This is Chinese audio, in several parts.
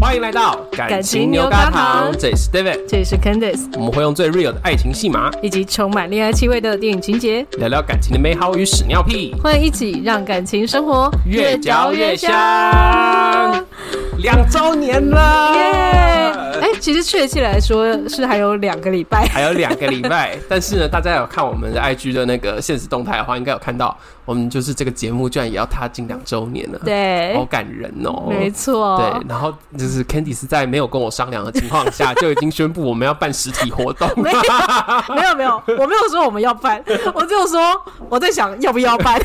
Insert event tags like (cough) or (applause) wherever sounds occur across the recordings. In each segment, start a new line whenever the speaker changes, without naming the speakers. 欢迎来到
感情牛轧糖
这里是 David，
这里是 Candice，
我们会用最 real 的爱情戏码
以及充满恋爱气味的电影情节，
聊聊感情的美好与屎尿屁，
欢迎一起让感情生活
越嚼越香
香。
两周年
耶！
了，
哎，其实确切来说是还有两个礼拜，
还有两个礼拜。但是呢，大家有看我们的 IG 的那个现实动态的话，应该有看到我们就是这个节目居然也要踏进两周年了，，
(laughs) 对
好，感人哦，
没错，
对，然后就是 Candy 是在没有跟我商量的情况下，就已经宣布我们要办实体活动
(laughs) 没
了。
有，没有，没有，我没有说我们要办，我只有说我在想要不
(laughs)
要办。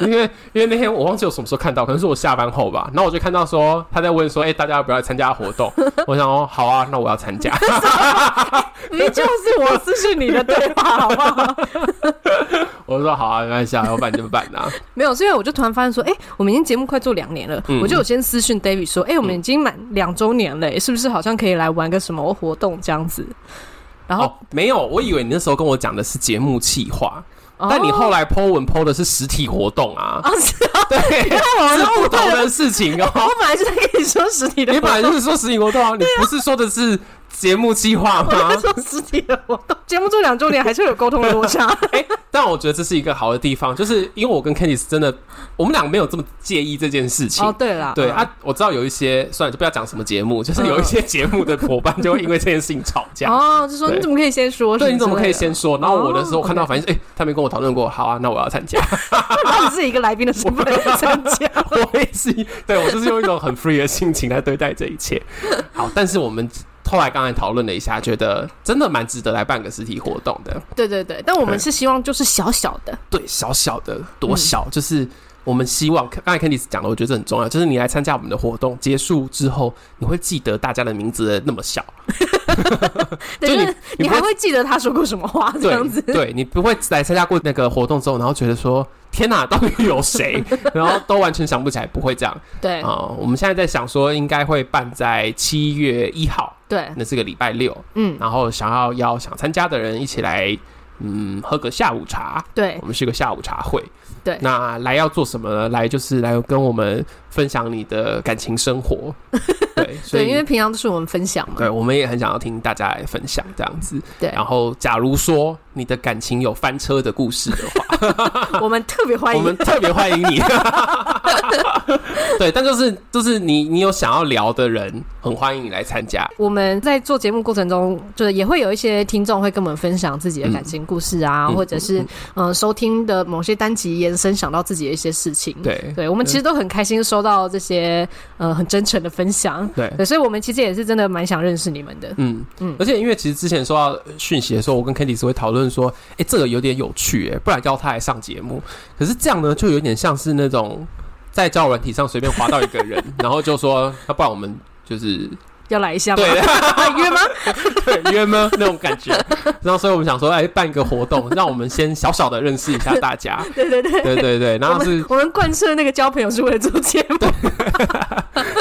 因为因为那天我忘记我什么时候看到，可能是我下班后吧。然后我就看到说他在问说，哎、大家要不要来参加活动？ (laughs) 我想哦，好啊，那我要参加。 (laughs)
你就是我私讯你的对话，好不好？
我就说好啊，没关系啊，要办就办
(laughs)
啊。
没有，是因为我就突然发现说，哎、我们已经节目快做两年了，
嗯
我就有先私讯 David 说，哎、我们已经满两周年了、是不是好像可以来玩个什么活动这样子？然后
哦，，没有，我以为你那时候跟我讲的是节目企划，
哦
但你后来 po 文 po 的是实体活动啊，
啊，是啊， (laughs)
对，
我
是不同的事情哦。
我本来是在跟你说实体的
你
活
本来
动，
就是说实体活动啊，你不是说的是节目计划
我
吗
在？说实体的活动，节目做两周年还是会有沟通的落
(laughs)
差。
哎、但我觉得这是一个好的地方，就是因为我跟 Candice 真的，我们俩没有这么介意这件事情。
哦，对啦，
对
嗯，
啊，嗯我知道有一些，算了，就不要讲什么节目，就是有一些节目的伙伴就会因为这件事情吵架。
哦，就说
对
你怎么可以先说？
对，你怎么可以先？ (laughs) 说？然后我的时候
哦
看到反应是，哎、他没跟我讨论过，好啊，那我要参 (laughs) 加。
然后你是一个来宾的身份参加。
(laughs) 我也是，对我就是用一种很 free 的心情来对待这一切。好，但是我们后来刚才讨论了一下，觉得真的蛮值得来办个实体活动的。
对对对，但我
对
们是希望就是小小的，
对，小小的多小，嗯就是我们希望刚才 Candice 讲的，我觉得这很重要，就是你来参加我们的活动结束之后，你会记得大家的名字的那么小，
对，
就
就
你
是
你
你
不会
还会记得他说过什么话 (laughs) 这样子。
对，对你不会来参加过那个活动之后，然后觉得说天哪，到底有
(laughs)
谁，然后都完全想不起来，不会这样
对
啊、我们现在在想说，应该会办在七月一号，
对，
那是个礼拜六，
嗯，
然后想要邀想参加的人一起来，嗯，喝个下午茶。
对
我们是个下午茶会。
哎对
那来要做什么呢？来就是来跟我们分享你的感情生
(laughs)
活。对，所
对，因为
以
平常都是我们分享嘛。
对我们也很想要听大家来分享这样子。
对，
然后，假如说你的感情有翻车的故事的话，
我们特别欢
我们
迎。
特别欢迎
(laughs)
你。对，但就是就是你你有想要聊的人，很欢迎你来参加。
我们在做节目过程中，就是也会有一些听众会跟我们分享自己的感情故事啊，
嗯
或者是
嗯
嗯、呃收听的某些单集延伸想到自己的一些事情。，
对
嗯对我们其实都很开心收到这些呃很真诚的分享。
对，
对，所以我们其实也是真的蛮想认识你们的。
嗯嗯
嗯，
而且因为其实之前收到呃讯息的时候，我跟 Candy 是会讨论说，哎、这个有点有趣、哎，不然邀他来上节目。可是这样呢，就有点像是那种在交友软体上随便划到一个
(laughs)
人，然后就说，那不然我们就是
要来一下吗？
(laughs) 对
(laughs) 约吗？
(laughs) 对约吗那种感觉。然后所以我们想说，哎、办一个活动，让我们先小小的认识一下大家。
对对对。
对对对，然
我
后是
们我们贯彻那个交朋友是为了做节目，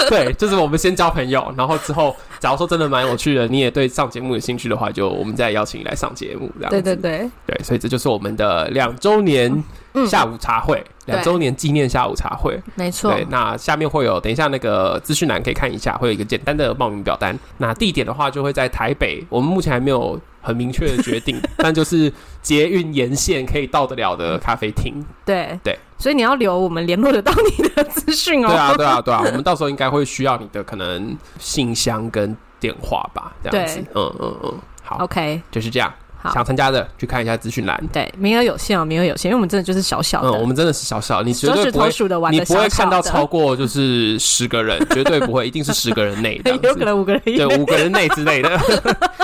对，就是我们先交朋友，然后之后，假如说真的蛮有趣的，你也对上节目有兴趣的话，就我们再邀请你来上节目，这样子。
对对对，
对，所以这就是我们的两周年
嗯
下午茶会，
对
两周年纪念下午茶会。
没错，
对，那下面会有，等一下那个资讯栏可以看一下，会有一个简单的报名表单。那地点的话，就会在台北，我们目前还没有很明确的决
(laughs)
定，但就是捷运沿线可以到得了的咖啡厅。
(laughs) 对
对，
所以你要留我们联络得到你的资讯哦。
对啊，对啊，对啊，我们到时候应该会需要你的可能信箱跟电话吧，这样子
对。
嗯嗯嗯，好，
(laughs) OK，
就是这样。
好
想参加的去看一下资讯栏。
对，名额有限哦，名额有限，因为我们真的就是小小的，
嗯，我们真的是小小，你绝
手
对
指
不会
头数的完
你
的
不
小小
会
的，
看到
(laughs)
超过就是十个人，绝对不会，一定是十个人内这样
(laughs) 有可
子。
能五个人以
对，
内。
五个人内之类
(laughs)
的，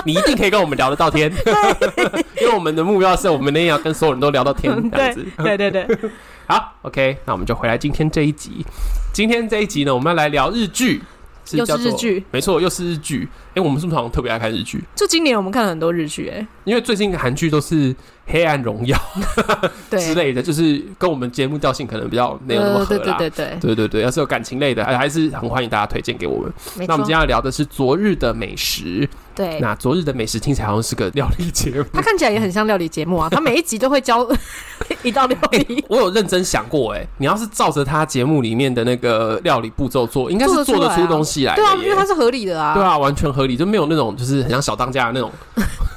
你一定可以跟我们聊得到天， (laughs) 因为我们的目标是我们那天要跟所有人都聊到天
嗯
这样
对
子。
(laughs) 对对对，
好，OK，那我们就回来今天这一集。今天这一集呢，我们要来聊日剧，
又是
叫做
日剧，
没错，又是日剧。哎、我们是不是好像特别爱看日剧？
就今年我们看了很多日剧，哎，
因为最近韩剧都是黑暗荣耀之
对，
类的，就是跟我们节目调性可能比较没有那么
呃，
合
对
啦。
对对对，
对对对要是有感情类的，还还是很欢迎大家推荐给我们。
没
那我们今天
错，
要聊的是昨日的美食。
对。
那昨日的美食听起来好像是个料理节目。(laughs)
它看起来也很 (laughs) 像料理节目
嗯
啊，它每一集都会教 (laughs) 一道料
(laughs)
理，
欸我有认真想过、哎，你要是照着他节目里面的那个料理步骤做，应该是
做
做
得出来
得
啊
出东西来的
对
耶。
啊，因为它是合理的啊，
哎对啊，完全合理，就没有那种就是很像小当家的那
(laughs)
种。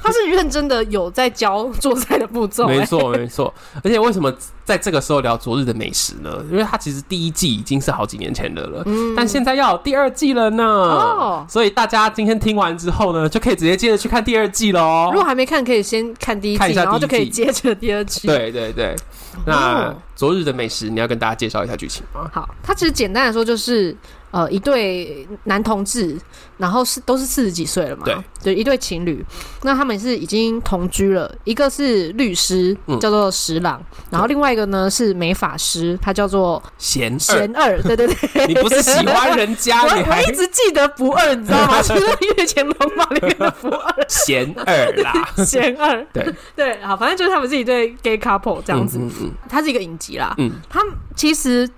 它是认真的有在教做菜的步骤、
没
欸，
错，没错。而且为什么在这个时候聊昨日的美食呢？因为它其实第一季已经是好几年前的了，但现在要有第二季了呢。
嗯哦
所以大家今天听完之后呢，就可以直接接着去看第二季喽
如。果还没看，可以先看第一
哦看
季，
一下
然后
第一
就可以
季
接着第二季。，
对对对，那
哦
昨日的美食，你要跟大家介绍一下剧情吗？
好，它其实简单来说就是，呃，一对男同志，然后是都是四十几岁了嘛，
对，
一对情侣，那他们是已经同居了，一个是律师
嗯，
叫做石朗，然后另外一个呢是美发师，他叫做
贤二，(laughs)
贤二，对对对，
你不是喜欢人家，
(laughs) 我
你
我
还
一直记得不二，你
(laughs)
知道吗？就是月前龙马里面的不二
贤二啦？
贤二，
(laughs) 对
对，好，反正就是他们是一对 gay couple (laughs) 这样子，
嗯嗯
它是一个影集啦，
嗯，
它其实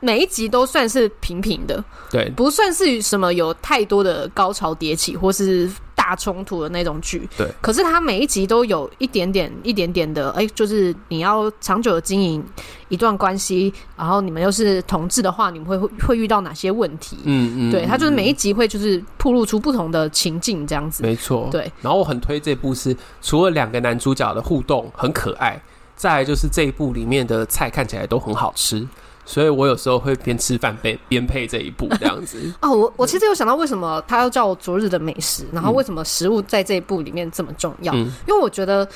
每一集都算是平平的，
嗯对，
不算是什么有太多的高潮迭起或是大冲突的那种剧。
对，
可是它每一集都有一点点、一点点的，哎、就是你要长久的经营一段关系，然后你们又是同志的话，你们会会遇到哪些问题？
嗯嗯，
对，它就是每一
一
集会就是铺露出不同的情境这样子。
没错，
对，
然后我很推这部是，除了两个男主角的互动很可爱，再来就是这一部里面的菜看起来都很好吃，所以我有时候会边吃饭边边配这一部这样子。
哦，我我其实有想到为什么它要叫我昨日的美食，然后为什么食物在这一部里面这么重 (laughs) 要？
嗯，
因为我觉得，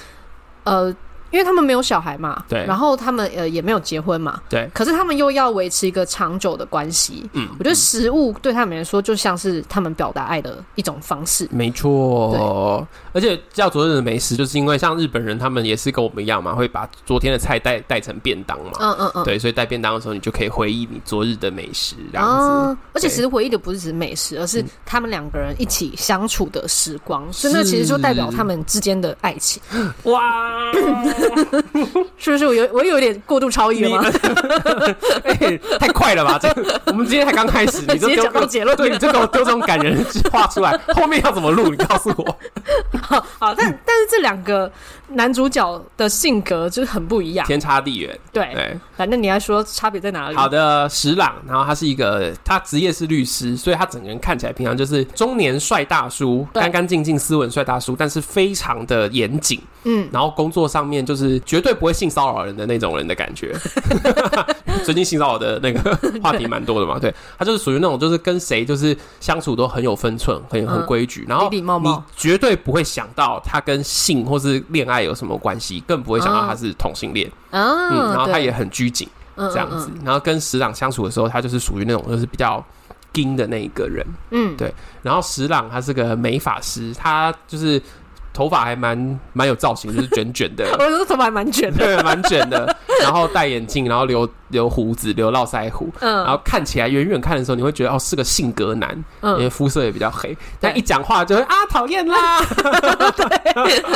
呃，因为他们没有小孩嘛，
对
然后他们呃也没有结婚嘛，
对，
可是他们又要维持一个长久的关系，
嗯，
我觉得食物对他们来说就像是他们表达爱的一种方式，
没错，而且叫昨日的美食，就是因为像日本人他们也是跟我们一样嘛，会把昨天的菜带带成便当嘛。
嗯嗯嗯，
对，所以带便当的时候，你就可以回忆你昨日的美食，这样子。
啊，而且
对嗯
其实回忆的不是指美食，而是他们两个人一起相处的时光，所以那
是
其实就代表他们之间的爱情， (laughs)
哇，
是不是？我有我有点过度超
你
越吗？
(laughs) 哎太快了吧！这我们今天才刚开始，你
直
就
接
丢
讲到结论
对，你就给我丢这种感人的话出来，后面要怎么录？你告诉我。 (laughs)
好，但但是这两个男主角的性格就是很不一样，
天差地远，
对，
对。
反正你还说差别在哪里？
好的，石朗，然后他是一个，他职业是律师，所以他整个人看起来平常就是中年帅大叔，
对
干干净净、斯文帅大叔，但是非常的严谨，
嗯，
然后工作上面就是绝对不会性骚扰人的那种人的感觉。 (laughs) 最近性骚扰的那个话题蛮多的嘛，对他就是属于那种就是跟谁就是相处都很有分寸、很很
嗯
规矩，然后
礼礼貌
你
貌
绝对不会想到他跟性或是恋爱有什么关系，更不会想到他
啊
是同性恋。
啊，
嗯，然后他
对
也很拘谨
嗯
这样子，然后跟石朗相处的时候，他就是属于那种就是比较。硬的那一个人，
嗯，
对然后石朗他是个美发师，他就是头发还蛮蛮有造型，就是卷
(laughs)
卷的，
嗯我觉得头发还
(laughs)
蛮卷的，
对，蛮卷的。然后戴眼镜，然后留留胡子，留络腮胡，然
嗯
后看起来远远看的时候，你会觉得哦是个性格男，因为
嗯，
肤色也比较黑。但一讲话就会啊讨厌啦，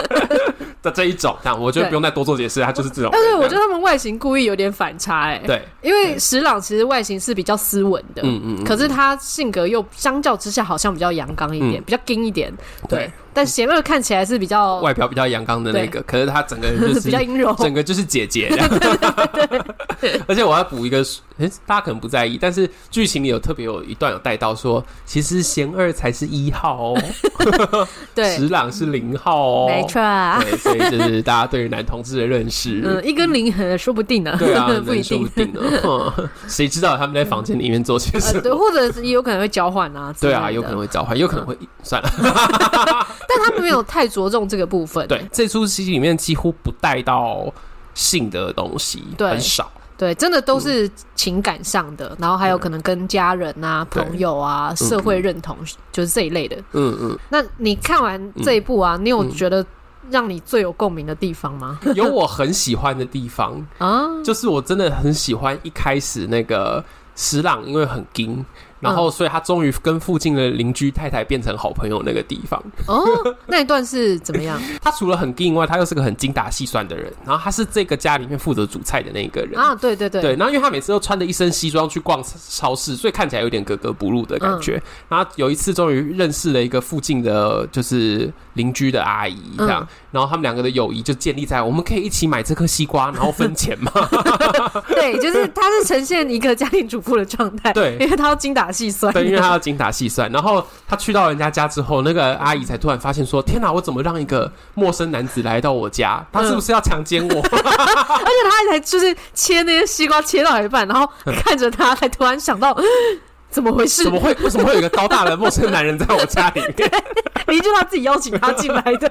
(laughs) 的这一种。但我觉得
对
不用再多做解释，他就是这种人。
但是我觉
这
得
样
他们外形故意有点反差，哎，，
对，
因为石朗其实外形是比较斯文的，
嗯嗯嗯，
可是他性格又相较之下好像比较阳刚一点，
嗯
比较硬一点，
对嗯
对，但贤二看起来是比较
外表比较阳刚的那个，可是他整个人就
哦 (laughs) 比较
是。
阴柔，
整个就是姐
(laughs)
姐，这样而且我要补一个，诶大家可能不在意，但是剧情里有特别有一段有带到说，其实贤二才是一号哦，
(laughs) 对，
石朗是零号哦，
没错啊，
对，所以这是大家对于男同志的认识。
(laughs) 嗯，一根零很说不定呢， (laughs)
对啊，
嗯不一
说不
定，
定呢，哼 (laughs) 谁知道他们在房间里面做
(laughs)
些什
呃，
么？
对，或者是也有可能会交换啊，
对啊，有可能， (laughs) 会交换，有可能会算了。
但他们没有太着重这个部分，
对，这出戏里面几乎不带到性的东西，
对
很少。
对，真的都是
嗯
情感上的，然后还有可能跟家人啊、
对
朋友啊、社会认同，就是这一类的。
嗯
那你看完这一部啊，你有觉得让你最有共鸣的地方吗？ (laughs)
嗯，有我很喜欢的地方，
啊，嗯
就是我真的很喜欢一开始那个石朗，因为很硬，然后所以他终于跟附近的邻居太太变成好朋友那个地方。
哦， (laughs) 那一段是
(laughs)
怎么样？
他除了很硬外，他又是个很精打细算的人。然后他是这个家里面负责煮菜的那一个人。
啊，对对对，
对，然后因为他每次都穿着一身西装去逛超市，所以看起来有点格格不入的感觉。
嗯
然后有一次终于认识了一个附近的，就是邻居的阿姨这样，
嗯
然后他们两个的友谊就建立在我们可以一起买这颗西瓜，然后分钱嘛。
对，就是他是呈现一个家庭主妇的状态，
对
因为他要精打细
(laughs)
算，
对，因为他要精打细算。然后他去到人家家之后，那个阿姨才突然发现说：“天哪，我怎么让一个陌生男子来到我家？他是不是要强奸我？”
而且他还就是切那些西瓜切到一半，然后看着他，才突然想
(laughs)
到怎么回事
嗯怎，么会？为什么会有一个高大的陌生男人在我家里面？
(laughs) 明明就他自己邀请他进来
(laughs)
的，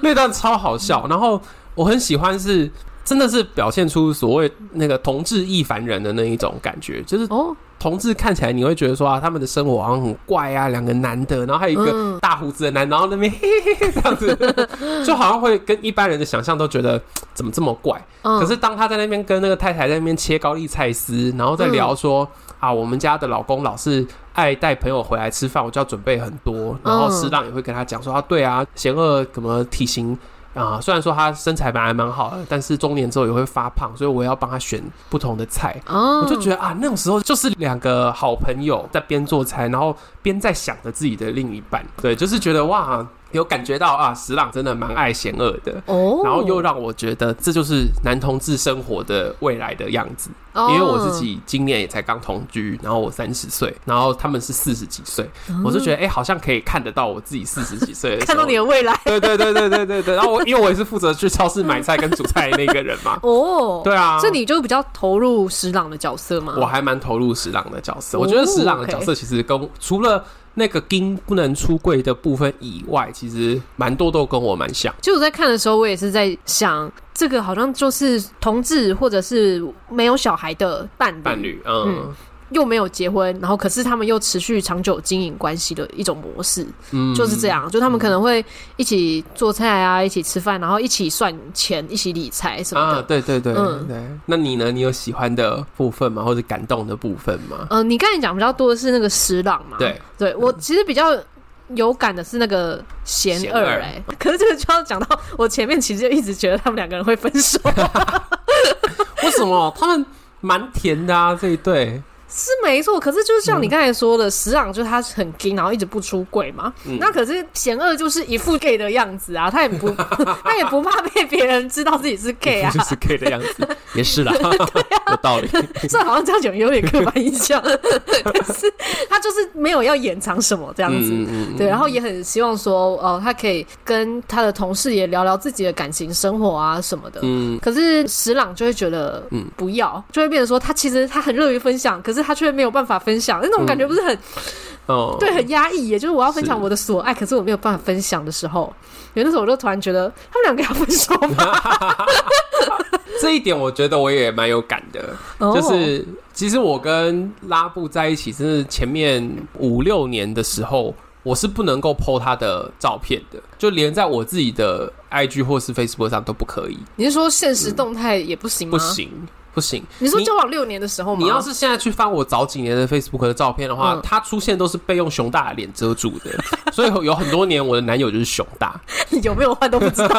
那段超好笑，然后我很喜欢是。真的是表现出所谓那个同志亦凡人的那一种感觉，就是
哦，
同志看起来你会觉得说啊，他们的生活好像很怪啊，两个男的，然后还有一个
嗯
大胡子的男，然后那边嘿嘿嘿这样子，就好像会跟一般人的想象都觉得嘖怎么这么怪。
嗯，
可是当他在那边跟那个太太在那边切高丽菜丝，然后再聊说、啊，我们家的老公老是爱带朋友回来吃饭，我就要准备很多，然后适当也会跟他讲说啊，对啊，贤二怎么体型。啊，虽然说他身材本来还蛮好的，但是中年之后也会发胖，所以我要帮他选啊不同的菜。
哦，
我就觉
得
得啊，那种时候就是两个好朋友在边做菜，然后边在想着自己的另一半。对，就是觉得哇，有感觉到啊，石朗真的蛮爱贤二的。
哦，
然后又让我觉得这就是男同志生活的未来的样子，
哦，
因为我自己今年也才刚同居，然后我三十岁，然后他们是四十几岁，我就觉得哎、好像可以看得到我自己四十几岁的
哦 (laughs) 看到你
时候。
的未来，
对对对对对对对，然后我因为我也是负责去超市买菜跟煮菜的那个人嘛
(laughs) 哦，
对啊，
所以你就比较投入石朗的角色嘛，
我还蛮投入石朗的角色。
哦
我觉得石朗的
OK
角色其实跟除了那个金不能出柜的部分以外，其实蛮多都跟我蛮像。
就我在看的时候，我也是在想，这个好像就是同志或者是没有小孩的伴侣，
伴侣，嗯
又没有结婚，然后可是他们又持续长久经营关系的一种模式，
嗯，
就是这。样。就他们可能会一起做菜啊，一起吃饭，然后一起算钱，一起理财什么
啊，
的。
对对对、
嗯
对，那你呢？你有喜欢的部分吗？或者感动的部分吗？
嗯、你刚才讲比较多的是那个石朗嘛？，
对，
对我其实比较有感的是那个贤
贤
二
二
哎、可是这个就要讲到我前面其实就一直觉得他们两个人会分
(laughs)
手，
为什么 (laughs) 他们蛮甜的啊？这一对，
是没错，可是就是像你刚才说的，石朗就是他很 gay，然后一直不出柜嘛。
嗯
那可是贤二就是一副 gay 的样子啊，他
(laughs)
也不他也不怕被别人知道自己是 gay 啊
就，是 gay 的样
(laughs)
子，也是啦， (laughs) 有道理。
虽然好像这样讲有点刻板印象， (laughs) 但是他就是没有要掩藏什么这样子。
嗯
对，然后也很希望说，哦，他可以跟他的同事也聊聊自己的感情生活啊什么的。
嗯，
可是石朗就会觉得，
嗯
嗯，不要，就会变成说他其实他很乐于分享，可是他却没有办法分享，那种感觉不是很
哦，
对，，很压抑耶。嗯就是我要分享
是
我的所爱，可是我没有办法分享的时候，有那时候我就突然觉得他们两个要分手 (laughs) 吗？
这一点我觉得我也蛮有感的。
哦
就是其实我跟拉布在一起，真的前面五六年的时候，我是不能够 PO 他的照片的，就连在我自己的 IG 或是 Facebook 上都不可以，
你是说现实动态也不嗯行吗？
不。行。不行，
你说
你
交往六年的时候吗？
你要是现在去翻我早几年的 Facebook 的照片的话，
嗯
它出现都是被用熊大的脸遮住的， (laughs) 所以有很多年我的男友就是熊大。
你 (laughs) 有没有换都不知 (laughs) 道，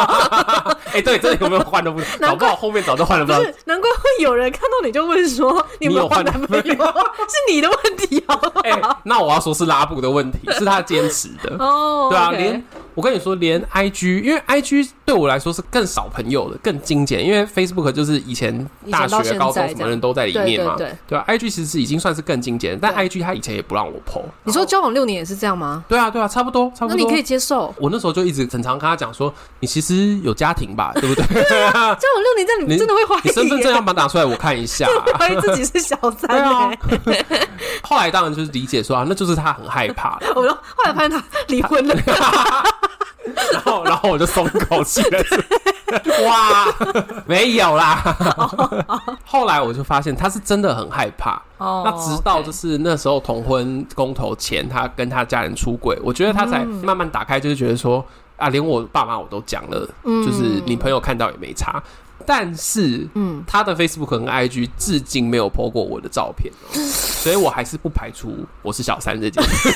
哎、对，真的有没有换都不知道，
难
搞
怪
不好后面早都换了不
不
知道。
是？难怪会有人看到你就问说你有
你
没
有
有
换
换男朋友， (laughs) 是你的问题哦。
哎、那我要说是拉布的问题，是他坚持的。
哦，
对啊
(laughs) OK
连我跟你说，连 I G，因为 I G 对我来说是更少朋友的，更精简。因为 Facebook 就是以前
以前
大
到
学、
现
高中
在
什
这
么
样
人都在里
对
面嘛
对，对，
对啊，I G 其实已经算是更精简，但 I
对
G 他以前也不让我 PO。
你说交往六年也是这样吗？
对啊，对啊，差不多，差不多。
那你可以接受
我那时候就一直很常跟他讲说，你其实有家庭吧，对不对？
交往六年，这样
你
你真的会怀疑
(laughs) 你
耶，
身份证
(laughs)
要把它拿出来，我看一下、
怀疑自己是小三
对啊
欸。
后来当然就是理解说啊，那就是他很害怕，
我们后来发现他离婚了。
(laughs) 然后然后我就松口气了， (laughs) 哇，没有啦。后来我就发现他是真的很害怕。
(laughs) 哦
那直到就是那时候同婚公投前，他跟他家人出轨，我觉得他才
嗯
慢慢打开，就是觉得说啊，连我爸妈我都讲了，就是你朋友看到也没差。但是
嗯，
他的 Facebook 跟 IG 至今没有 po 过我的照片哦、
(laughs)
所以我还是不排除我是小三这件事，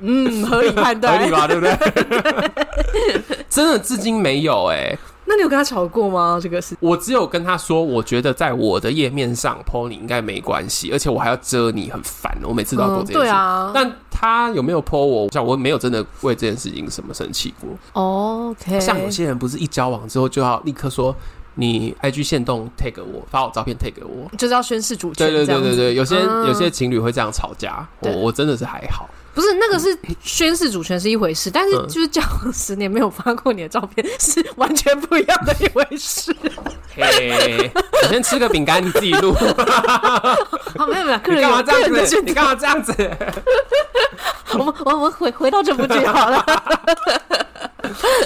嗯，合理判
合
断。
理吧？对不对？ (laughs) 真的至今没有哎、
那你有跟他吵过吗？这个事？
我只有跟他说，我觉得在我的页面上 po 你应该没关系，而且我还要遮你，很烦。我每次都要做这件
对
事。
啊。
但他有没有 po 我？我想我没有真的为这件事情什么生气过。
哦 OK，
像有些人不是一交往之后就要立刻说你 IG 限动 tag 我，发我照片 tag 我。
就是要宣誓主权
对
这样
对
子。
对对对，有些、
嗯
有些情侣会这样吵架，我
对
我真的是还好。
不是那个是宣誓主权是一回事，但是
嗯
就是交往十年没有发过你的照片是完全不一样的一回 (laughs) 事。
嘿，你先吃个饼干，你自己
(laughs)
录。
好，哦没有没 (laughs) 有，个
你干
人
嘛
有个
这
人的
样子？
选
你
择。
干嘛这样子？ (laughs)
(laughs) 我们我们回回到这部剧好了。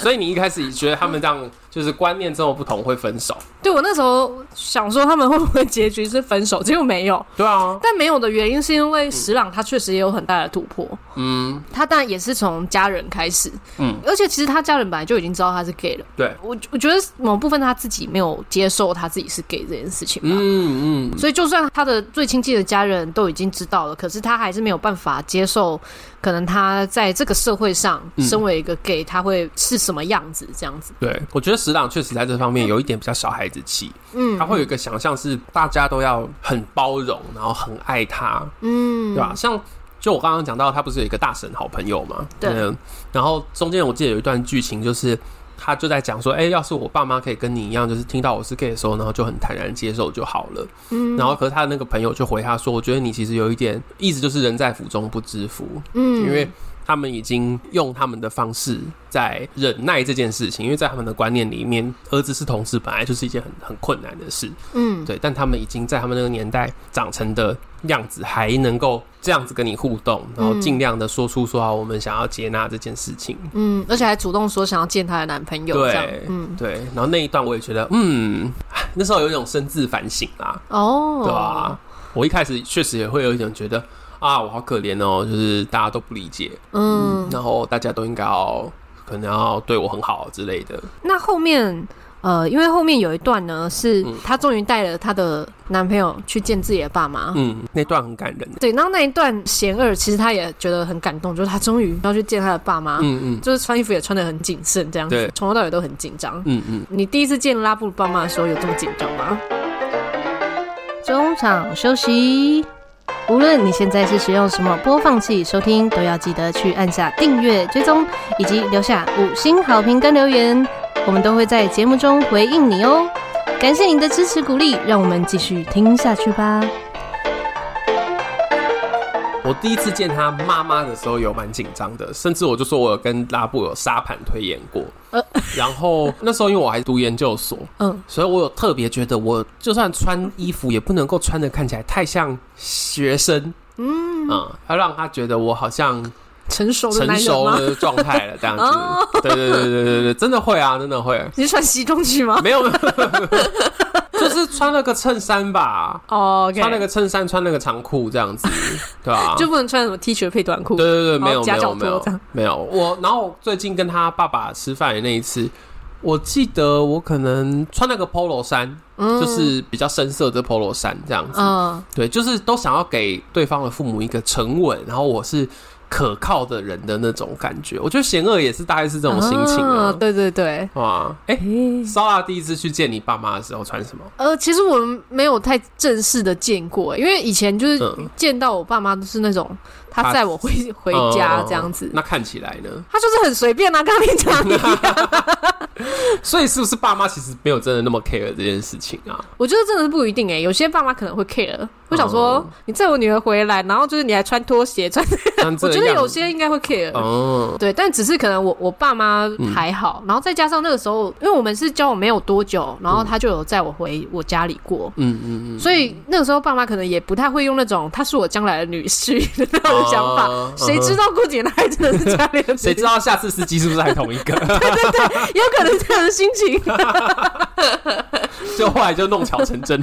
所以你一开始觉得他们这样就是观念这么不同会分手？
(laughs) 对我那时候想说他们会不会结局是分手，结果没有。
对啊，
但没有的原因是因为石朗他确实也有很大的突破，
嗯，
他当然也是从家人开始，
嗯，
而且其实他家人本来就已经知道他是 gay 了。
对，
我我觉得某部分他自己没有接受他自己是 gay 这件事情吧。
嗯嗯，
所以，就算他的最亲近的家人都已经知道了，可是他还是没有办法接受，可能他在这个社会上，
嗯
身为一个 gay，他会是什么样子？这样子，
对，我觉得石朗确实在这方面有一点比较小孩子气，
嗯
他会有一个想象是大家都要很包容，然后很爱他，
嗯，
对吧？像就我刚刚讲到，他不是有一个大神好朋友嘛？
对
嗯然后中间我记得有一段剧情就是。他就在讲说，哎、要是我爸妈可以跟你一样，就是听到我是 gay 的时候，然后就很坦然接受就好了。
嗯
然后，可是他的那个朋友就回他说，我觉得你其实有一点，意思就是人在福中不知福，
嗯
因为他们已经用他们的方式在忍耐这件事情，因为在他们的观念里面，儿子是同志本来就是一件很很困难的事，
嗯，
对，但他们已经在他们那个年代长成的样子，还能够这样子跟你互动，然后尽量的说出说啊，我们想要接纳这件事情，
嗯，而且还主动说想要见她的男朋友，
对
这样，嗯，
对，然后那一段我也觉得，嗯， (sighs) 那时候有一种深自反省啦、
哦，
对啊，我一开始确实也会有一种觉得啊，我好可怜哦，就是大家都不理解，
嗯，
然后大家都应该要可能要对我很好之类的。
那后面。呃，因为后面有一段呢，是
嗯
她终于带了她的男朋友去见自己的爸妈，
嗯，那段很感人。
对，然后那一段贤二其实她也觉得很感动，就是她终于要去见她的爸妈，
嗯嗯
就是穿衣服也穿的很谨慎，这样
对
子，从头到尾都很紧张。
嗯嗯，
你第一次见拉布爸妈的时候有这么紧张吗？中场休息。无论你现在是使用什么播放器收听，都要记得去按下订阅、追踪，以及留下五星好评跟留言，我们都会在节目中回应你哦。感谢你的支持鼓励，让我们继续听下去吧。
我第一次见他妈妈的时候有蛮紧张的，甚至我就说我有跟拉布有沙盘推演过。
呃
然后那时候因为我还读研究所，
嗯，
所以我有特别觉得，我就算穿衣服也不能够穿的看起来太像学生，嗯，要让他觉得我好像
成熟的
成
男人
熟
吗？
的状态了，这样
哦
子。对对对对对对，真的会啊，真的会。
你是穿西装去 (laughs) 吗？
没有，没有 (laughs) 就是穿了个衬衫吧，
哦，OK、
穿了个衬衫，穿了个长裤这样
(laughs)
子，对吧、
哦就不能穿什么 T 恤配短裤。
对对对，
然后
没有没
夹脚
有
拖
没有
这样
没有。我然后最近跟他爸爸吃饭的那一次，我记得我可能穿了个 polo 衫，
嗯
就是比较深色的 polo 衫这样子。
嗯
对，就是都想要给对方的父母一个沉稳，然后我是可靠的人的那种感觉。我觉得贤恶也是大概是这种心情
啊
啊。
对对对。
哇，哎、骚啊！第一次去见你爸妈的时候穿什么？
呃，其实我们没有太正式的见过，因为以前就是
嗯
见到我爸妈都是那种他载我回回家这样子
嗯，那看起来呢？
他就是很随便啊，跟你讲的一
嗯
样。
所以是不是爸妈其实没有真的那么 care 这件事情
(laughs)
啊？
(laughs) 我觉得真的是不一定哎、有些爸妈可能会 care，会想说
嗯
你载我女儿回来，然后就是你还穿拖鞋穿，
像这
我觉得
样
有些应该会 care。
哦，
对，但只是可能我我爸妈
嗯
还好，然后再加上那个时候，因为我们是交往没有多久，然后他就有载我回我家里过，
嗯嗯嗯，
所以那个时候爸妈可能也不太会用那种他是我将来的女婿的那种想法。
哦
谁知？
嗯
道过几年还真的是家 (laughs) 里的女婿，
谁知道下次司机是不是还同一个？ (laughs)
有可能是这样的心情。 (laughs)
就后来就弄巧成
(laughs)
真。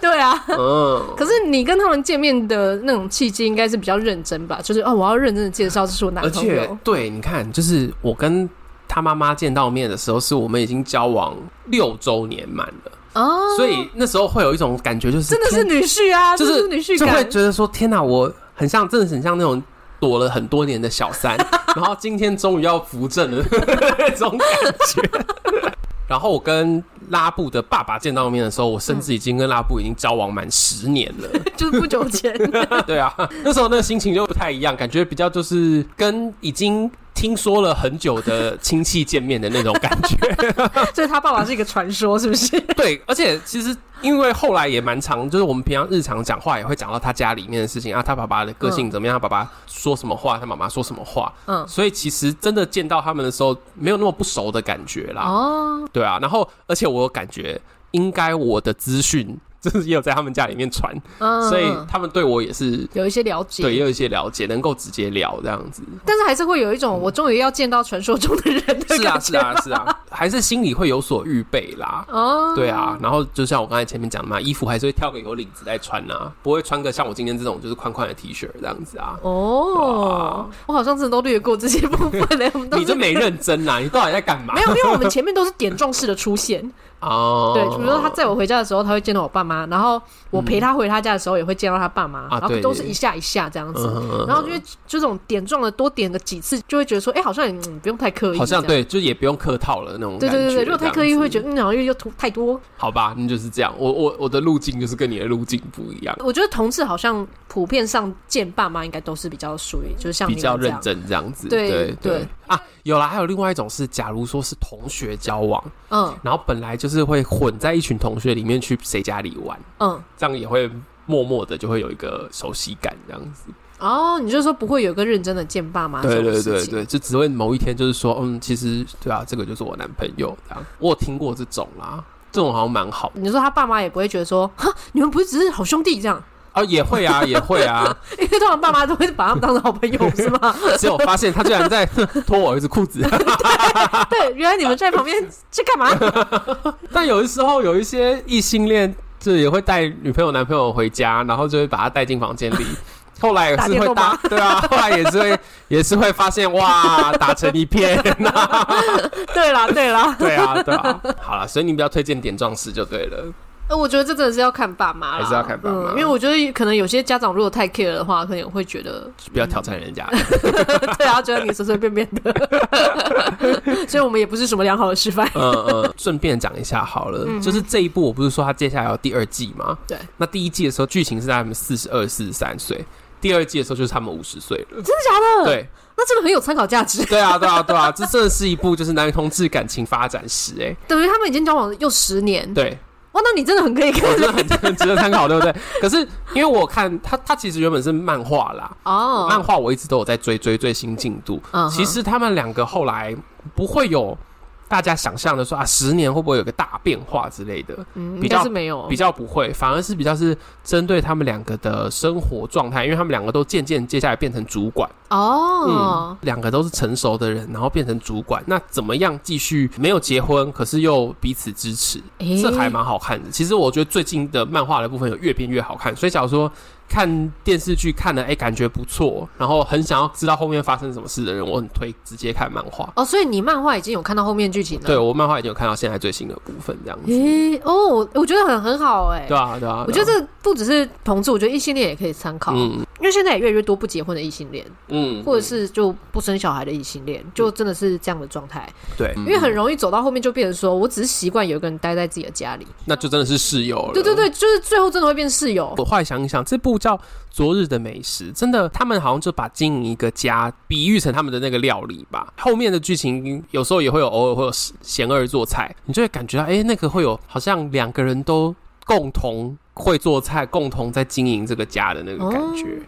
对啊，
嗯，
可是你跟他们见面的那种契机应该是比较认真吧？就是哦，我要认真的介绍这是我男
而
朋
且
友。
对，你看，就是我跟他妈妈见到面的时候，是我们已经交往六周年满了，
哦，
所以那时候会有一种感觉，就是
真的是
天
女婿啊，
就
这
是
女婿
就会
感，
觉得说天哪、我很像，真的很像那种躲了很多年的小三，然后今天终于要扶正了 (laughs) 那种感觉。然后我跟拉布的爸爸见到面的时候，我甚至已经跟拉布已经交往满十年了。
(laughs) 就是不久前，
对啊，那时候那个心情就不太一样，感觉比较就是跟已经听说了很久的亲戚见面的那种感觉。
所以他爸爸是一个传说，是不是？
(laughs) 对，而且其实因为后来也蛮常，就是我们平常日常讲话也会讲到他家里面的事情啊，他爸爸的个性怎么样，他爸爸说什么话，他妈妈说什么话，
嗯，
所以其实真的见到他们的时候，没有那么不熟的感觉啦。
(laughs) 哦，
对啊，然后而且我有感觉，应该我的资讯就是也有在他们家里面传，
嗯，
所以
嗯
他们对我也是
有一些了解，
对也有一些了解，能够直接聊这样子。
但是还是会有一种我终于要见到传说中的人的
是啊，
感
是
觉。
啊，是
(laughs)
啊，还是心里会有所预备啦。
哦，
对啊，然后就像我刚才前面讲的嘛，衣服还是会挑个有领子再穿啊，不会穿个像我今天这种就是宽宽的 T 恤这样子啊。
哦，我好像真的都略过这些部分嘞，我们都
你
是
真没认真啊啦，你到底在干嘛？
没有，因为我们前面都是点状式的出现，
哦，嗯
对，比如说他载我回家的时候，他会见到我爸妈，然后我陪他回他家的时候，也会见到他爸妈，
啊
然后
对
都是一下一下这样子，
嗯，
然后就会就这种点状的多点个几次，就会觉得说，哎，好像也嗯不用太刻意，
好像。对，就也不用客套了那种
对
感觉。
对对对，如果太刻意会觉
得
得嗯，好像又又太多。
好吧，那就是这样。我我我的路径就是跟你的路径不一样，
我觉得同志好像普遍上见爸妈应该都是比较属于，就是像你
比
们
较
这
认
样。
真这样子。
对
对
对
啊，有啦，还有另外一种是，假如说是同学交往，
嗯
然后本来就是会混在一群同学里面去谁家里玩。
嗯，
这样也会默默的就会有一个熟悉感，这样子。
哦，你就说不会有一个认真的见爸妈这
对
种
对
事情。
对对，就只会某一天就是说，嗯，其实对啊，这个就是我男朋友这样。我有听过这种啦，这种好像蛮好
你说他爸妈也不会觉得说，哈，你们不是只是好兄弟这样，
啊，也会啊， (laughs) 也会啊。
因为通常爸妈都会把他们当成好
(laughs)
朋友，是吗？
结果发现他居然在脱我儿子裤子。 (laughs)
(laughs) 对，原来你们在旁边在干嘛？
但有的时候有一些异性恋，就也会带女朋友、男朋友回家，然后就会把他带进房间
(laughs)
里。后来也
打
是
电
会
动
打
吗，
(laughs) 对啊，后来也是会也是会发现哇，打成一片。 (laughs)
对啦对啦，
对啊，对啊。好了，所以你比较推荐点状式就对了。
呃我觉得这真的是要看爸妈啦，
还是要看爸妈
嗯因为我觉得可能有些家长如果太 care 的话，可能也会觉 (laughs) 得，
不要挑战人家。
嗯对啊，觉得你随随便便 (laughs) 的，所以我们也不是什么良好的示范。
(laughs) 嗯嗯，顺便讲一下好了，就是这一部我不是说它接下来有第二季吗？
嗯对。
那第一季的时候，剧情是在他们四十二、四十三岁。第二季的时候就是他们五十岁了，
真的假的？，
对
(laughs) 那这个很有参考价值，
对啊对啊对啊， (laughs) 这真的是一部就是男女同志感情发展史哎、
(laughs) 等于他们已经交往了又十年，
对
哇，那你真的很可以看
我觉得很很 (laughs) 值得参考，对不对？可是因为我看它，它其实原本是漫画啦，
哦，
漫画我一直都有在追追最新进度，
嗯哼
其实他们两个后来不会有大家想象的说啊，十年会不会有个大变化之类的，
嗯
比
应该
较
是没有
比，较不会，反而是比较是针对他们两个的生活状态，因为他们两个都渐渐接下来变成主管，嗯
哦，
两个都是成熟的人，然后变成主管，那怎么样继续没有结婚，可是又彼此支持，
诶
这还蛮好看的。其实我觉得最近的漫画的部分有越变越好看，所以假如说看电视剧看了，哎、感觉不错，然后很想要知道后面发生什么事的人，我很推直接看漫画。
哦，所以你漫画已经有看到后面剧情了。
对我漫画已经有看到现在最新的部分，这样子。
嗯诶、哦，我我觉得很很好哎、
对啊，对啊，
我觉得
对啊
这不只是同志，我觉得异性恋也可以参考、
嗯
因为现在也越来越多不结婚的异性恋，
嗯，
或者是就不生小孩的异性恋，就真的是这样的状态、
对，
因为很容易走到后面就变成说，我只是习惯有一个人待在自己的家里，
那就真的是室友了。
对对对，就是最后真的会变室友。
我后来想一想，这部叫《昨日的美食》，真的，他们好像就把经营一个家比喻成他们的那个料理吧。后面的剧情有时候也会有，偶尔会有贤二做菜，你就会感觉到，哎、那个会有好像两个人都共同会做菜，共同在经营这个家的那个感
哦
觉、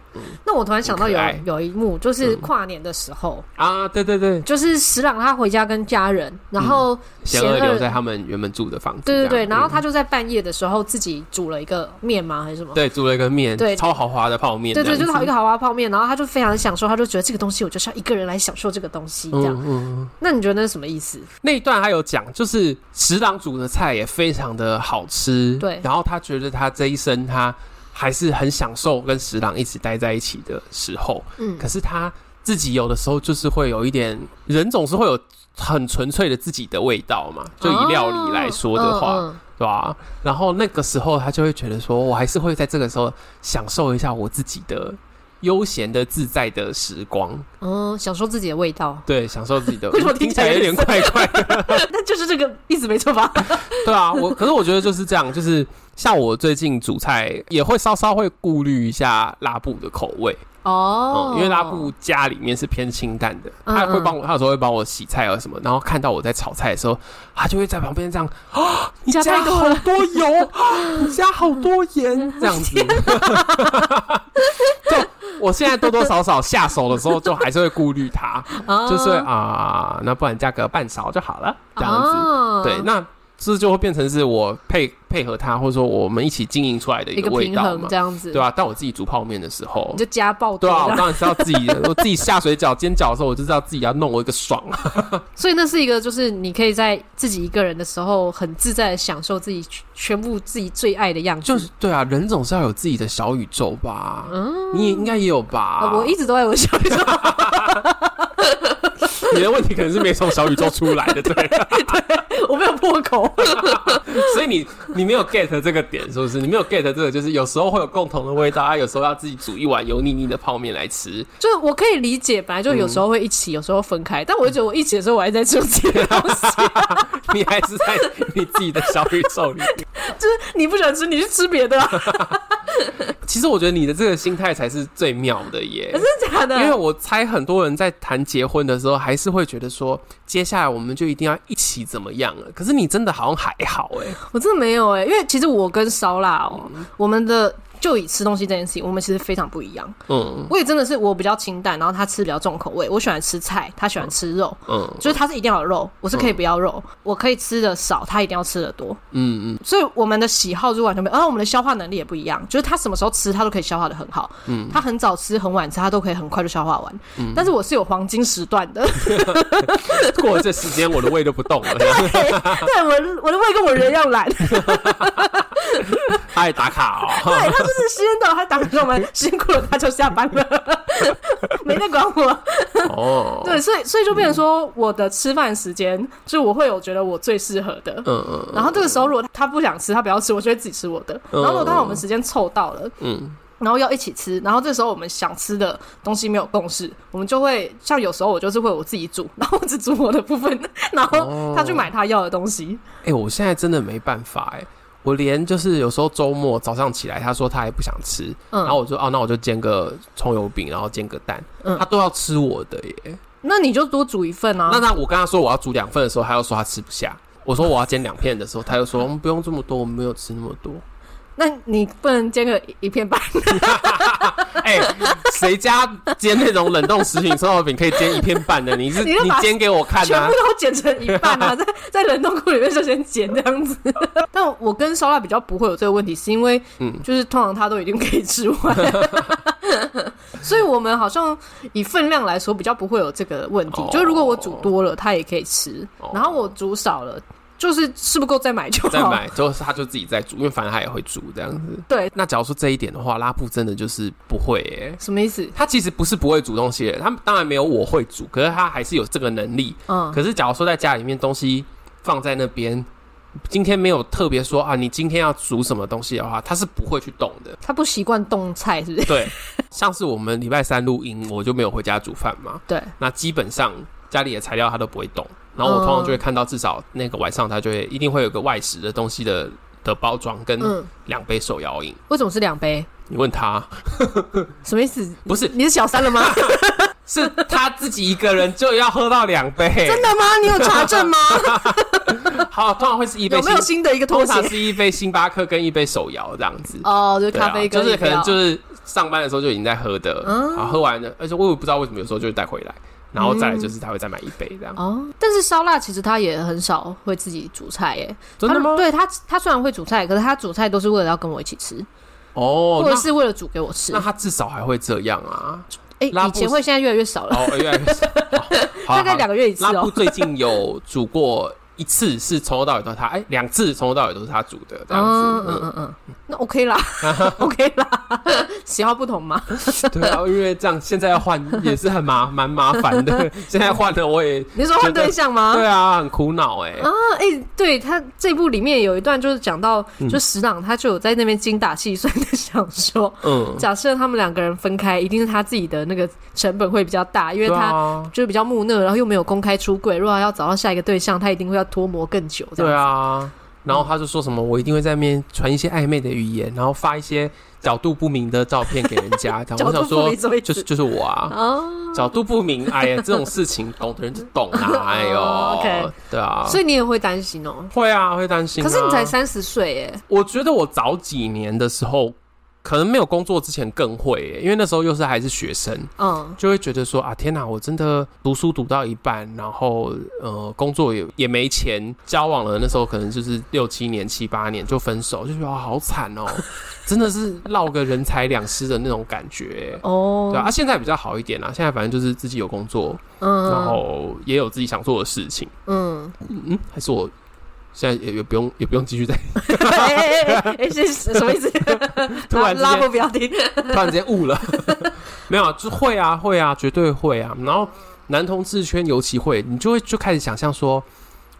那我突然想到有
很可爱
有一幕，就是
嗯
跨年的时候，
啊！对对对，
就是石朗他回家跟家人，然后
贤
贤
二
二
留在他们原本住的房子这
对
样，
对对，然后
嗯
他就在半夜的时候自己煮了一个面吗还是什么？
对煮了一个面，
对
超豪华的泡面这
对
样
对，
子，
就是好一个豪华泡面，然后他就非常享受，他就觉得这个东西我就是要一个人来享受这个东西，这样。
嗯嗯嗯
那你觉得那是什么意思？
那一段还有讲，就是食郎煮的菜也非常的好吃，
对
然后他觉得他这一生他还是很享受跟食郎一起待在一起的时候，
嗯
可是他自己有的时候就是会有一点，人总是会有很纯粹的自己的味道嘛。就以料理来说的话，
嗯嗯
对吧、然后那个时候他就会觉得说，我还是会在这个时候享受一下我自己的悠闲的自在的时光，
嗯，享受自己的味道，
对，享受自 (laughs) 己的。
为什么
听起
听起
来
来
有点怪怪的？
(laughs) 那就是这个意思没错吧？
对啊，我可是我觉得就是这样，就是像我最近煮菜也会稍稍会顾虑一下拉布的口味。
哦
哦、，因为拉布家里面是偏清淡的，
嗯
他会帮我，他有时候会帮我洗菜啊什么，然后看到我在炒菜的时候，他就会在旁边这样啊，你
加
加
太多
好多油，啊你加好多盐，
(laughs)
这样子。 (laughs) 就我现在多多少少下手的时候，就还是会顾虑它，
啊
就是会啊，那不然加个半勺就好了，这样子。
子
对，那。这就会变成是我配配合它，或者说我们一起经营出来的一
一
个
个
味
平
道
衡
嘛
这，样子，
对吧、啊？当我自己煮泡面的时候，
你就加爆
对
多
啊，我
这样
当然是要自己，我自己下水饺、煎饺的时候，我就知道自己要弄我一个爽啊。
所以那是一个，就是你可以在自己一个人的时候，很自在的享受自己全全部自己最爱的样子。
就是对啊，人总是要有自己的小宇宙吧？你也应该也有吧
嗯啊、？我一直都在我的小宇宙，
你的问题可能是没从小宇宙出来的，
(laughs)
对，
(laughs) 我没有破口。
所以你你没有 get 这个点，是不是？你没有 get 这个，就是有时候会有共同的味道啊，有时候要自己煮一碗油腻腻的泡面来吃。
就是我可以理解，本来就有时候会一起，有时候分开。但我就觉得我一起的时候，我还在吃自己的东
(laughs)
西。
你还是在你自己的小宇宙里。
你不想吃，你去吃
(laughs)
别的、啊，
其实我觉得你的这个心态才是最妙的耶。
真的啊假
因为
的？
我猜很多人在谈结婚的时候，还是会觉得说，接下来我们就一定要一起怎么样了。可是你真的好像还好哎、
(laughs) 我真的没有哎、因为其实我跟烧腊哦，
嗯
我们的就以吃东西这件事情，我们其实非常不一样。
嗯
我也真的是我比较清淡，然后他吃比较重口味。我喜欢吃菜，他喜欢吃肉。
嗯
就是他是一定要有肉，我是可以不要肉，我可以吃的少，他一定要吃的多。
嗯嗯，
所以我们的喜好就完全不一啊样，而我们的消化能力也不一样。就是他什么时候吃，他都可以消化的很好。嗯，他很早吃，很晚吃，他都可以很快就消化完。
嗯
但是我是有黄金时段的， (laughs)
过了这时间，我的胃都不动了，
对我我的胃跟我人一样懒，对，
他还打卡哦。
他就是时间到他打给我们，时间过了他就下班了，
(laughs)
没在管我。
哦，
对，所以所以就变成说，我的吃饭时间，就我会有觉得我最适合的，
嗯嗯
然后这个时候，如果他不想吃，他不要吃，我就会自己吃我的。然后如果刚好我们时间凑到了，
嗯，
然后要一起吃，然后这时候我们想吃的东西没有共识，我们就会像有时候我就是会我自己煮，然后我只煮我的部分，然
哦
后他去买他要的东西。
哎、我现在真的没办法哎、我连就是有时候周末早上起来，他说他还不想吃，
嗯
然后我就哦，那我就煎个葱油饼，然后煎个蛋，
嗯
他都要吃我的耶。
那你就多煮一份啊
那。他我跟他说我要煮两份的时候，他又说他吃不下。我说我要煎两片的时候，他又说我们不用这么多，我们没有吃那么多。
那你不能煎个一片半，
哎、谁家煎那种冷冻食品葱油饼可以煎一片半的？你是
你
你
就把
煎给我看
全
啊
部！都剪成一半 (laughs) 啊，在在冷冻库里面就先剪这样子。 (laughs) 但我跟烧腊比较不会有这个问题，是因为
嗯
就是通常他都已经可以吃
(laughs)
完，所以我们好像以分量来说比较不会有这个问题。
哦
就是如果我煮多了，他也可以吃
哦；
然后我煮少了，就是吃不够再买就好。
再买，就是他就自己在煮，因为反正他也会煮这样子。
对，
那假如说这一点的话，拉布真的就是不会耶、
什么意思？
他其实不是不会煮东西的，他当然没有我会煮，可是他还是有这个能力。
嗯，
可是假如说在家里面东西放在那边，今天没有特别说啊，你今天要煮什么东西的话，他是不会去动的。
他不习惯冻菜，是不是？ (laughs)
对，上次我们礼拜三录音，我就没有回家煮饭嘛。
对，
那基本上家里的材料他都不会动，然后我通常就会看到至少那个晚上他就会一定会有个外食的东西的的包装跟
嗯，
两杯手摇饮。
为什么是两杯？
你问他，
什么意思？
不是
你是小三了吗？
(laughs) 是他自己一个人就要喝到两杯，
(laughs) 真的吗？你有查
(laughs)
证吗？
好，通常会是一杯
有没有
星，
新的一个拖
通
鞋？
常是一杯星巴克跟一杯手摇这样子。
哦，就是
对
咖啡
啊、
跟
就是可能就是是上班的时候就已经在喝的，
嗯
然后喝完了，而且我也不知道为什么有时候就会带回来，然后再来就是他会再买一杯这样。
哦，但是烧腊其实他也很少会自己煮菜耶。
真的
他
吗？
对他，他虽然会煮菜，可是他煮菜都是为了要跟我一起吃，
哦，
或者
那
是为了煮给我吃
那。他至少还会这样啊。
(laughs) 哎、
拉
以
布
前会，现在越来越少了，
哦，越来越少。好，
(laughs) 大概两
个
个月一次
拉布
哦。
最近有煮过一次，是从头到尾都是他，哎，两次从头到尾都是他煮的这样
嗯
子。
嗯
嗯
嗯嗯，那 OK 啦 (laughs) ，OK 啦，喜好不
(laughs)
同嘛。
(laughs) 对啊，因为这样现在要换也是很麻 (laughs) 蛮麻烦
(laughs)
的，现在换了我也
你说换对象吗？
对啊，很苦恼哎、
啊，哎、对他这部里面有一段就是讲到，
嗯
就石朗他就有在那边精打细算的想说，
嗯，
假设他们两个人分开，一定是他自己的那个成本会比较大，因为
对
他
啊，
就是比较木讷，然后又没有公开出柜。如果要找到下一个对象，他一定会要脱模更久。这样
对，啊。然后他就说什么，我一定会在面传一些暧昧的语言，然后发一些角度不明的照片给人
(laughs)
家。然后
角
我
度
想说
不，明什么意思
就是就是我啊，
哦，
角度不明，哎呀，这种事情懂的人就懂啊，哎
(laughs)
呦
哦 OK
对啊，
所以你也会担心哦。
会啊，会担心、啊。
可是你才三十岁耶，
我觉得我早几年的时候，可能没有工作之前更会耶、因为那时候又是还是学生，
嗯，
就会觉得说啊，天哪，我真的读书读到一半，然后呃，工作也也没钱，交往了，那时候可能就是六七年、七八年就分手，就觉得啊，好惨
(laughs)
哦、真的是落个人财两失的那种感觉、
哦，
对啊，啊现在比较好一点啦。现在反正就是自己有工作，然
嗯
后也有自己想做的事情。
嗯，
嗯嗯，还是我现在也也不用也不用继续再
哎哎哎哎哎，是什么意思？
(laughs) 突然之
拉
间
拉布不要听，
(laughs) 突然之间悟了，没有啊，就会啊，会啊，绝对会啊。然后男同志圈尤其会，你就会就开始想象说，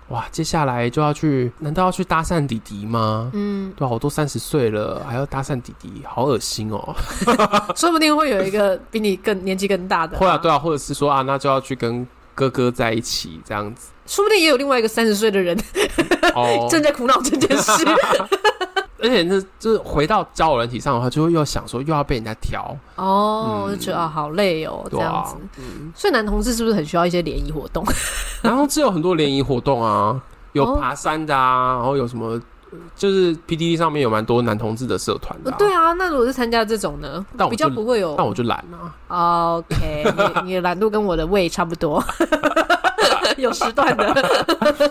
哇，接下来就要去，难道要去搭讪弟弟吗？
嗯，
对啊，我都三十岁了，还要搭讪弟弟，好恶心哦。
说不定会有一个比你更年纪更大的、
会啊，对啊，或者是说啊，那就要去跟哥哥在一起这样子
说不定也有另外一个三十岁的人、
(laughs) 哦。
正在苦恼这件事。
而且那就是回到交友人体上的话，就会又想说又要被人家挑，
哦，
嗯
我就觉得啊，好累哦，这
对
样
啊
子。。所以男同志是不是很需要一些联谊活动？
(laughs) 然后这有很多联谊活动啊，有
哦
爬山的啊，然后有什么，呃就是 P D D 上面有蛮多男同志的社团的、啊。
对啊，那如果是参加这种呢
但，我
比较
就
不会有
那。我就懒啊了、
OK，你你的懒惰跟我的胃差不多， (laughs) 有时段的。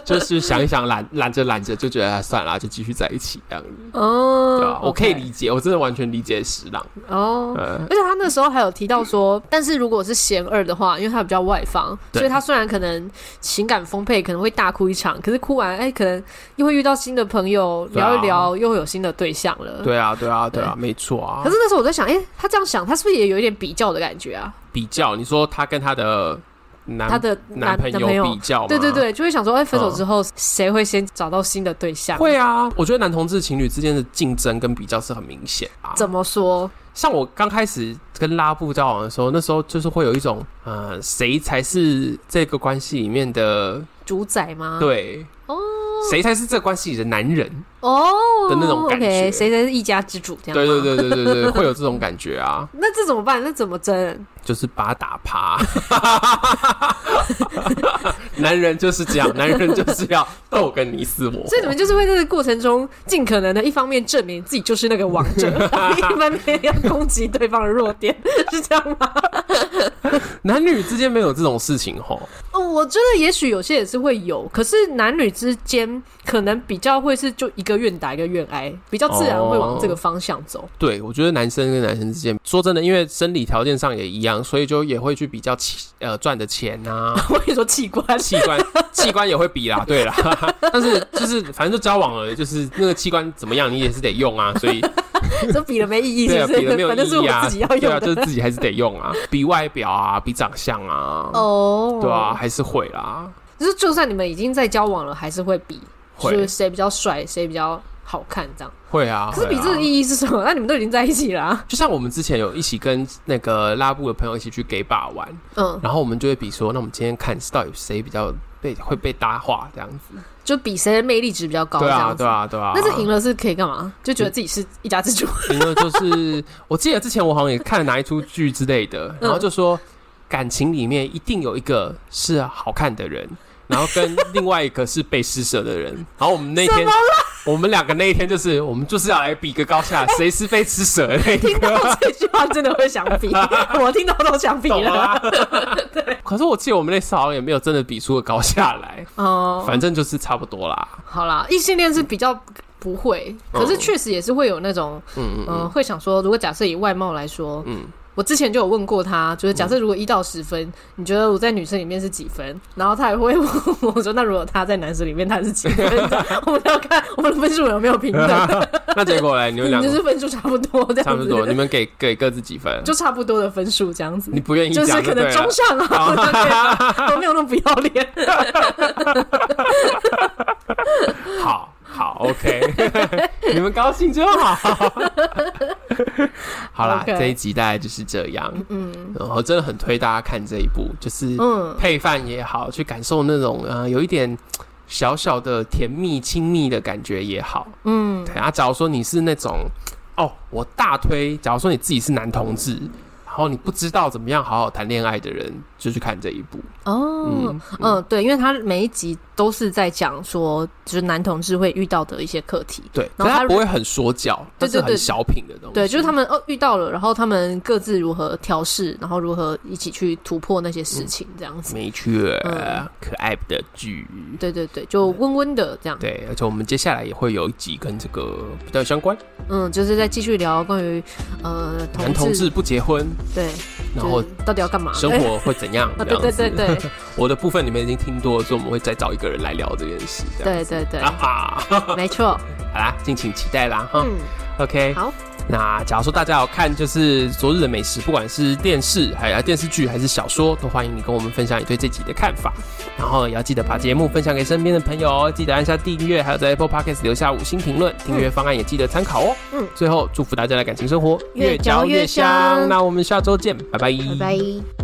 就是想一想懒，懒着懒着就觉得、啊、算了啊，就继续在一起这样子，
哦，
(laughs) 对吧、我可以
OK
理解，我真的完全理解石浪。
哦。
呃，
而且他那时候还有提到说，但是如果是贤二的话，因为他比较外放，
对
所以他虽然可能情感丰沛，可能会大哭一场，可是哭完，哎、可能又会遇到新的朋友，
对啊
聊一聊，又会有新的对象了。。
对啊，对啊，对啊，没错啊
可。是那时候我在想，哎、他这样想，他是不是也有一点比较的感觉啊？
比较，你说他跟他的男
他的
男朋
男
友比较，嗯
对对。对，就会想说，哎、分手之后谁、会先找到新的对象？
会啊，我觉得男同志情侣之间的竞争跟比较是很明显啊。
怎么说？
像我刚开始跟拉布交往的时候，那时候就是会有一种，呃，谁才是这个关系里面的、
主宰吗？
对，
哦
谁才是这个关系里的男人？
哦
的那种感觉
OK，谁才是一家之主？这样
对
吗
对。对对对对，会有这种感觉啊， (laughs)
那这怎么办？那怎么争？
就是把他打趴。 (laughs) 男人就是这样，男人就是要斗个你死我活。
所以你们就是会在这个过程中，尽可能的一方面证明自己就是那个王
(laughs)
者，一方面要攻击对方的弱点，是这样
(laughs)
吗？
男女之间没有这种事情吼，
哦，我觉得也许有些也是会有，可是男女之间可能比较会是就一个愿打一个愿挨，比较自然会往这个方向走。 (laughs)
对，我觉得男生跟男生之间，说真的，因为生理条件上也一样，所以就也会去比较起呃赚的钱啊，
我跟你说，器官
器官 (laughs) 器官也会比啦， (laughs) 对啦，但是就是反正就交往了，就是那个器官怎么样，你也是得用
(laughs)
啊，所以
这比了没意义，
对
是
啊，
不是？
比了没有
反正是
意
我
义啊
自己要，
对啊，
用
就
的。
是自己还是得用啊，比外表啊，比长相啊，
哦
对啊，，还是会啦，
就是就算你们已经在交往了，还是会比，就
会
是谁比较帅，谁比较好看这样。
会啊，
可是比
会啊
这个意义是什么？那 (laughs) 你们都已经在一起了啊，
就像我们之前有一起跟那个拉布的朋友一起去给把玩，
嗯，
然后我们就会比说，那我们今天看到底谁比较被会被搭话这样子。
就比谁的魅力值比较高这
对啊，
样子
对。啊，对啊。
但是赢了是可以干嘛？就觉得自己是一家之
(laughs)
主。
赢了就是，我记得之前我好像也看了哪一出剧之类的，
嗯
然后就说感情里面一定有一个是好看的人，然后跟另外一个是被施舍的人。然后我们那天，我们两个那一天就是，我们就是要来比个高下，谁是被施舍的那
听
个。
到这句话真的会想
(laughs)
比，我听到都想比
懂
了。 (laughs)
吗？可是我记得我们那次好像也没有真的比出个高下来，
哦，
反正就是差不多啦。
好啦，异性恋是比较不会，可是确实也是会有那种，
嗯嗯嗯
嗯，会想说，如果假设以外貌来说，
嗯，
我之前就有问过他，就是假设如果一到十分，你觉得我在女生里面是几分？然后他也会问我我说，那如果他在男生里面他是几
(laughs)
分？我们要看我们的分数有没有平等，
那结果嘞，你们两
就
个
是分数差不多这样子，
差不
(laughs)
多，你们给给各自几分？
就差不多的分数这样子。
你不愿意
就
讲
是可
对
能中
了。
上啊，
(laughs)
我就觉得我没有那么不要脸。
好好，OK，你们高兴就
(laughs)
好。好啦
OK
这一集大概就是这样。
嗯
然后真的很推大家看这一部，就是
嗯，
配饭也好，去感受那种呃有一点小小的甜蜜、亲密的感觉也好。
嗯
对啊，假如说你是那种哦，我大推，假如说你自己是男同志，然后你不知道怎么样好好谈恋爱的人，就去看这一部。
哦
嗯，
嗯，对，因为他每一集都是在讲说，就是男同志会遇到的一些课题。
对，
然后
可
他
他不会很说教，
对
但是
对对
很小品的东西。
对，就是他们哦遇到了，然后他们各自如何调试，然后如何一起去突破那些
嗯
事情，这样子。
没错，
嗯
可爱的剧。
对对对，就温温的这样。
对，而且我们接下来也会有一集跟这个比较相关，
嗯，就是在继续聊关于呃
男同志不结婚，
对，
然后
就是到底要干嘛？
生
对
活会怎样？
(laughs)
这
啊，对
样
对
子
对对
我的部分你们已经听多了，所以我们会再找一个人来聊这件事。 (laughs) 这样
对对对
啊，哈，
没错。
好啦，敬请期待啦哈。
嗯，
OK，
好，
那假如说大家有看就是《昨日的美食》，不管是电视还有电视剧还是小说，都欢迎你跟我们分享你对这集的看法。然后也要记得把节目分享给身边的朋友哦，记得按下订阅，还有在 Apple Podcast 留下五星评论，订阅方案也记得参考哦。
嗯
嗯，最后祝福大家的感情生活
越嚼越香
那我们下周见，拜拜
拜拜。